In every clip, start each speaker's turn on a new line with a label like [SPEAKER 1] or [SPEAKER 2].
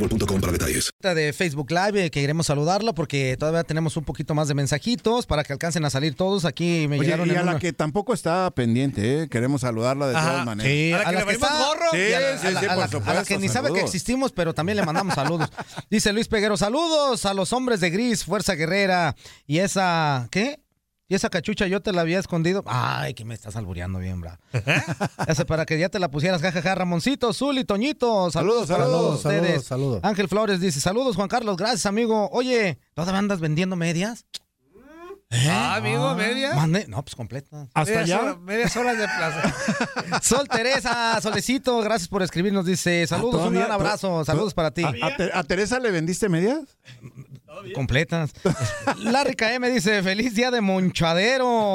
[SPEAKER 1] para detalles.
[SPEAKER 2] de Facebook Live eh, que iremos saludarla porque todavía tenemos un poquito más de mensajitos para que alcancen a salir todos. Aquí me
[SPEAKER 3] Oye,
[SPEAKER 2] llegaron
[SPEAKER 3] y
[SPEAKER 2] en
[SPEAKER 3] a la
[SPEAKER 2] una-
[SPEAKER 3] que tampoco está pendiente, ¿eh? queremos saludarla de
[SPEAKER 2] Ajá,
[SPEAKER 3] todas maneras.
[SPEAKER 2] sí, a la que está-
[SPEAKER 3] Sí,
[SPEAKER 2] y a la-
[SPEAKER 3] sí,
[SPEAKER 2] a la-
[SPEAKER 3] sí,
[SPEAKER 2] a la-
[SPEAKER 3] por
[SPEAKER 2] a la que
[SPEAKER 3] supuesto,
[SPEAKER 2] ni sabe que
[SPEAKER 3] saludos.
[SPEAKER 2] existimos, pero también le mandamos saludos. Dice Luis Peguero, saludos a los hombres de gris, Fuerza Guerrera y esa, ¿qué? Y esa cachucha yo te la había escondido. Ay, que me estás albureando bien, bravo. Hace para que ya te la pusieras, jajaja. Ramoncito, Zuli, Toñito,
[SPEAKER 3] Saludos,
[SPEAKER 2] saludos, para todos
[SPEAKER 3] saludos,
[SPEAKER 2] ustedes.
[SPEAKER 4] saludos, saludos.
[SPEAKER 2] Ángel Flores dice, saludos Juan Carlos, gracias amigo. Oye, ¿todavía andas vendiendo medias?
[SPEAKER 5] Ah, amigo, media.
[SPEAKER 2] ¿Eh? Mande- No, pues completa.
[SPEAKER 5] Medias horas- Medias horas de plaza.
[SPEAKER 2] Sol Teresa, Solecito, gracias por escribirnos. Dice, saludos, un
[SPEAKER 3] todavía,
[SPEAKER 2] gran abrazo,
[SPEAKER 3] to-
[SPEAKER 2] saludos para ti.
[SPEAKER 3] ¿A, a Te- a Teresa le vendiste medias?
[SPEAKER 2] Completas. Larry KM dice, feliz día de Monchadero.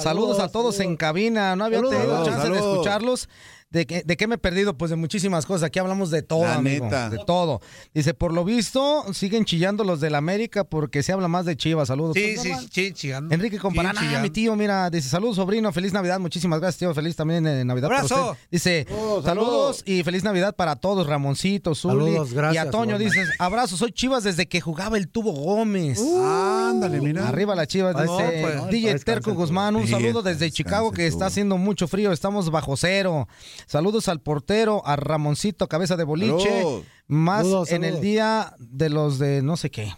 [SPEAKER 2] saludos, a todos en cabina. No había
[SPEAKER 4] Saludos.
[SPEAKER 2] tenido
[SPEAKER 3] Saludos,
[SPEAKER 2] chance de
[SPEAKER 3] saludos.
[SPEAKER 2] escucharlos. ¿De qué, ¿De qué me he perdido? Pues de muchísimas cosas. Aquí hablamos de todo,
[SPEAKER 3] La
[SPEAKER 2] amigo,
[SPEAKER 3] neta.
[SPEAKER 2] De todo. Dice, por lo visto, siguen chillando los del América porque se habla más de Chivas. Saludos.
[SPEAKER 5] Sí,
[SPEAKER 2] Pues,
[SPEAKER 5] sí,
[SPEAKER 2] no,
[SPEAKER 5] sí, sí, chingando.
[SPEAKER 2] Enrique Comparán,
[SPEAKER 5] Sí,
[SPEAKER 2] ah,
[SPEAKER 5] chillando.
[SPEAKER 2] mi tío, mira, dice, saludos sobrino, feliz Navidad, muchísimas gracias tío, feliz también eh, Navidad para
[SPEAKER 5] Abrazo.
[SPEAKER 2] usted. Dice,
[SPEAKER 3] Oh,
[SPEAKER 2] saludos.
[SPEAKER 3] saludos.
[SPEAKER 2] y feliz Navidad para todos, Ramoncito, Zuli
[SPEAKER 4] Saludos, gracias,
[SPEAKER 2] y a Toño,
[SPEAKER 4] igualmente.
[SPEAKER 2] dice, abrazo, soy Chivas desde que jugaba el Tubo Gómez.
[SPEAKER 4] Uh,
[SPEAKER 3] Ándale, mira.
[SPEAKER 2] Uh, Arriba las chivas,
[SPEAKER 4] Ay, no,
[SPEAKER 2] dice
[SPEAKER 4] pues.
[SPEAKER 2] DJ
[SPEAKER 4] Ay, descansa
[SPEAKER 2] Terco
[SPEAKER 4] tú.
[SPEAKER 2] Guzmán. Un
[SPEAKER 3] Sí,
[SPEAKER 2] saludo desde
[SPEAKER 3] descansa
[SPEAKER 2] Chicago que
[SPEAKER 3] tú.
[SPEAKER 2] está haciendo mucho frío. Estamos bajo cero. Saludos al portero, a Ramoncito, cabeza de boliche.
[SPEAKER 3] Saludos.
[SPEAKER 2] Más
[SPEAKER 4] Saludos,
[SPEAKER 2] en el
[SPEAKER 4] saludos.
[SPEAKER 2] día de los de no sé qué.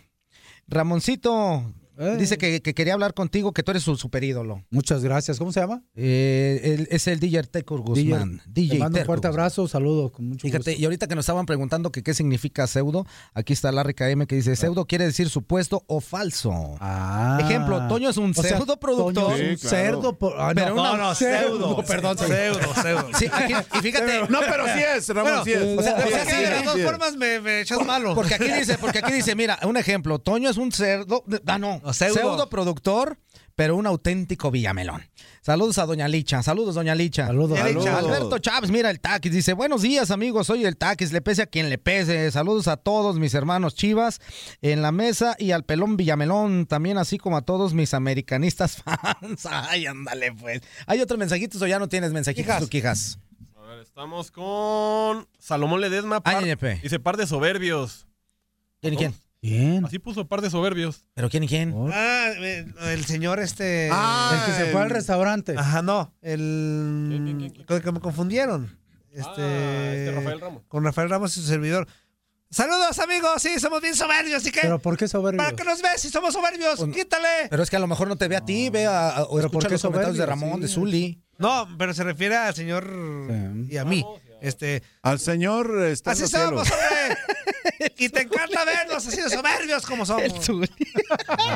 [SPEAKER 2] Ramoncito
[SPEAKER 4] Eh.
[SPEAKER 2] dice que, que quería hablar contigo, que tú eres su super ídolo. Eh,
[SPEAKER 4] Muchas gracias. ¿Cómo se llama?
[SPEAKER 2] es el DJ Terco Guzmán. DJ,
[SPEAKER 4] Eh, Te mando un
[SPEAKER 2] Terco
[SPEAKER 4] fuerte
[SPEAKER 2] Guzmán.
[SPEAKER 4] abrazo, saludo, con mucho
[SPEAKER 2] Fíjate,
[SPEAKER 4] gusto.
[SPEAKER 2] y ahorita que nos estaban preguntando que qué significa pseudo, aquí está la RKM que dice, pseudo quiere decir supuesto o falso.
[SPEAKER 4] Ah.
[SPEAKER 2] Ejemplo, Toño es un pseudo productor.
[SPEAKER 4] Toño es un
[SPEAKER 3] Sí, claro.
[SPEAKER 4] cerdo. por- ah,
[SPEAKER 2] Pero
[SPEAKER 4] no,
[SPEAKER 2] una-
[SPEAKER 4] no, no, cerdo. Perdón,
[SPEAKER 5] Pseudo, pseudo.
[SPEAKER 2] Sí, aquí- y fíjate,
[SPEAKER 3] No, pero sí es, Ramón,
[SPEAKER 5] Bueno,
[SPEAKER 3] sí es.
[SPEAKER 4] o sea,
[SPEAKER 5] O sea,
[SPEAKER 3] Sí,
[SPEAKER 5] que de las dos
[SPEAKER 3] sí es.
[SPEAKER 5] formas me, me echas malo.
[SPEAKER 2] porque aquí dice, porque aquí dice, mira, un ejemplo, Toño es un cerdo, ah no,
[SPEAKER 5] No,
[SPEAKER 2] pseudo.
[SPEAKER 5] pseudo.
[SPEAKER 2] productor, pero un auténtico villamelón. Saludos a Doña Licha, saludos Doña Licha.
[SPEAKER 4] Saludos,
[SPEAKER 5] Bien hecho.
[SPEAKER 4] saludos.
[SPEAKER 2] Alberto Chávez, mira el Taquis, dice, buenos días amigos, soy el Taquis, le pese a quien le pese, saludos a todos mis hermanos Chivas en la mesa y al pelón Villamelón, también así como a todos mis americanistas fans. Ay, ándale pues. ¿Hay otro mensajito o ya no tienes mensajitos
[SPEAKER 5] Quijas.
[SPEAKER 2] tú, Quijas?
[SPEAKER 6] A ver, estamos con Salomón Ledesma.
[SPEAKER 2] Ay,
[SPEAKER 6] par-
[SPEAKER 2] ñepe.
[SPEAKER 6] dice par de soberbios.
[SPEAKER 2] ¿Quién y quién?
[SPEAKER 4] Bien.
[SPEAKER 6] Así puso par de soberbios.
[SPEAKER 2] ¿Pero quién y quién?
[SPEAKER 5] Ah, eh, el señor este.
[SPEAKER 3] Ah,
[SPEAKER 4] El que se fue al restaurante.
[SPEAKER 5] Ajá, no. El. con el que me confundieron. Este.
[SPEAKER 6] Ah, este Rafael Ramos.
[SPEAKER 5] Con Rafael Ramos y su servidor. Saludos, amigos. Sí, somos bien soberbios. Así que.
[SPEAKER 4] Pero ¿por qué soberbio?
[SPEAKER 5] para que nos veas si somos soberbios, quítale.
[SPEAKER 2] Pero es que a lo mejor no te ve a ti, ve a, a- o
[SPEAKER 4] Pero
[SPEAKER 2] escucha
[SPEAKER 4] Ah, ¿por qué
[SPEAKER 2] los comentarios de
[SPEAKER 4] soberbio?
[SPEAKER 2] Ramón, de
[SPEAKER 4] Sí.
[SPEAKER 2] Zuli.
[SPEAKER 5] No, pero se refiere al señor
[SPEAKER 4] Sí.
[SPEAKER 5] y a mí. Este,
[SPEAKER 3] Al señor eh, está en
[SPEAKER 5] así
[SPEAKER 3] los
[SPEAKER 5] somos,
[SPEAKER 3] cielos.
[SPEAKER 5] hombre. Y te encanta vernos así de soberbios como somos.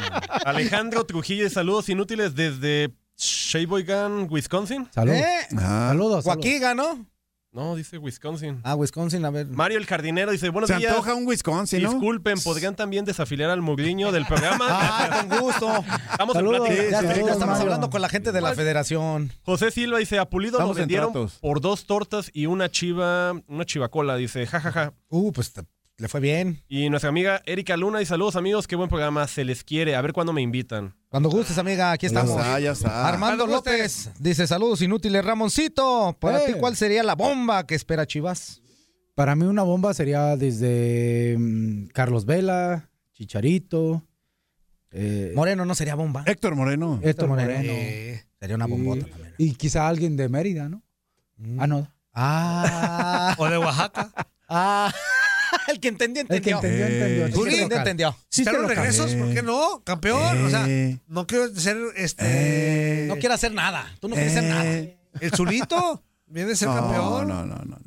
[SPEAKER 6] Alejandro Trujillo, saludos inútiles desde Sheboygan, Wisconsin.
[SPEAKER 4] Salud. ¿eh? Saludos.
[SPEAKER 2] Joaquiga, ¿no?
[SPEAKER 6] No, dice Wisconsin.
[SPEAKER 2] Ah, Wisconsin, a ver.
[SPEAKER 6] Mario el jardinero dice, buenos
[SPEAKER 2] Se
[SPEAKER 6] días.
[SPEAKER 2] antoja un Wisconsin, ¿no?
[SPEAKER 6] Disculpen, ¿podrían también desafiliar al mugriño del programa?
[SPEAKER 2] Ah, con gusto.
[SPEAKER 6] Estamos en
[SPEAKER 2] Saludos.
[SPEAKER 6] plática.
[SPEAKER 2] Ya, ya estamos hablando con la gente de la
[SPEAKER 6] Pues,
[SPEAKER 2] federación.
[SPEAKER 6] José Silva dice, a Pulido
[SPEAKER 2] Estamos
[SPEAKER 6] lo
[SPEAKER 2] en
[SPEAKER 6] vendieron
[SPEAKER 2] tratos.
[SPEAKER 6] por dos tortas y una chiva, una chivacola, dice, jajaja.
[SPEAKER 2] Uh, pues te- le fue bien.
[SPEAKER 6] Y nuestra amiga Erika Luna y saludos amigos, qué buen programa, se les quiere, a ver cuándo me invitan.
[SPEAKER 2] Cuando gustes, amiga, aquí estamos.
[SPEAKER 3] está, ya está.
[SPEAKER 2] Armando
[SPEAKER 6] Cuando
[SPEAKER 2] López dice, saludos inútiles, Ramoncito. Para ti, ¿cuál sería la bomba que espera Chivas?
[SPEAKER 4] Eh. Para mí una bomba sería desde mm, Carlos Vela, Chicharito. eh,
[SPEAKER 2] Moreno no sería bomba.
[SPEAKER 3] Héctor Moreno.
[SPEAKER 4] Héctor Moreno.
[SPEAKER 2] Eh, sería una bombota
[SPEAKER 4] Y-
[SPEAKER 2] también. Mm.
[SPEAKER 4] Y quizá alguien de Mérida, ¿no? Ah, no.
[SPEAKER 2] Ah.
[SPEAKER 5] o de Oaxaca.
[SPEAKER 2] Ah. El que entendió,
[SPEAKER 4] El que entendió,
[SPEAKER 2] entendió.
[SPEAKER 4] entendió.
[SPEAKER 2] El que
[SPEAKER 4] Chiste
[SPEAKER 2] entendió,
[SPEAKER 4] local.
[SPEAKER 2] entendió.
[SPEAKER 4] Chiste
[SPEAKER 5] Claro,
[SPEAKER 4] local. Eh.
[SPEAKER 5] regresos, ¿por qué no? Campeón. O sea, no quiero ser este.
[SPEAKER 2] Eh.
[SPEAKER 5] Eh.
[SPEAKER 2] No quiero hacer nada. Tú no quieres hacer nada.
[SPEAKER 5] El Zulito viene a ser
[SPEAKER 3] No,
[SPEAKER 5] campeón.
[SPEAKER 3] no, no, no. no.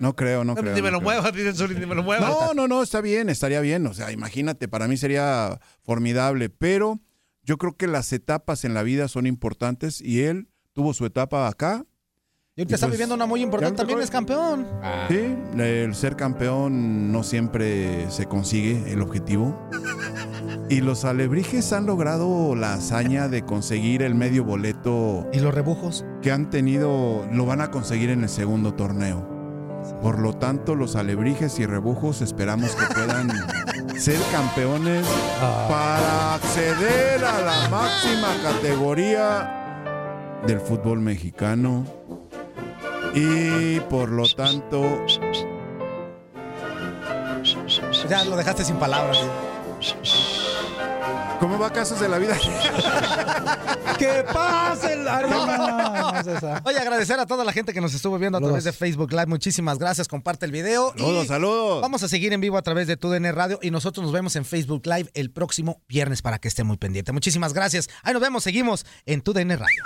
[SPEAKER 3] No creo, no creo.
[SPEAKER 5] ni me lo
[SPEAKER 3] no creo.
[SPEAKER 5] muevas, dice el Zulito, ni me lo muevas.
[SPEAKER 3] No, no, no, está bien, estaría bien. O sea, imagínate, para mí sería formidable, pero yo creo que las etapas en la vida son importantes y él tuvo su etapa acá.
[SPEAKER 2] Y ahorita
[SPEAKER 4] Pues,
[SPEAKER 2] está viviendo una muy importante. También es campeón.
[SPEAKER 3] Sí, el ser campeón no siempre se consigue el objetivo. Y los alebrijes han logrado la hazaña de conseguir el medio boleto
[SPEAKER 2] Y los rebujos.
[SPEAKER 3] que han tenido, lo van a conseguir en el segundo torneo. Por lo tanto, los alebrijes y rebujos esperamos que puedan ser campeones para acceder a la máxima categoría del fútbol mexicano. Y por lo tanto,
[SPEAKER 2] Ya lo dejaste sin palabras.
[SPEAKER 3] ¿cómo va casos de la vida?
[SPEAKER 4] ¡Que pase el arma!
[SPEAKER 2] Oye, agradecer a toda la gente que nos estuvo viendo a través de Facebook Live. Muchísimas gracias. Comparte el video. y
[SPEAKER 3] Saludos, saludos.
[SPEAKER 2] Vamos a seguir en vivo a través de TUDN Radio y nosotros nos vemos en Facebook Live el próximo viernes para que esté muy pendiente. Muchísimas gracias. Ahí nos vemos. Seguimos en TUDN Radio.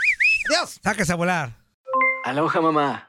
[SPEAKER 2] Adiós.
[SPEAKER 5] Sáquese a volar.
[SPEAKER 7] Aloha mamá.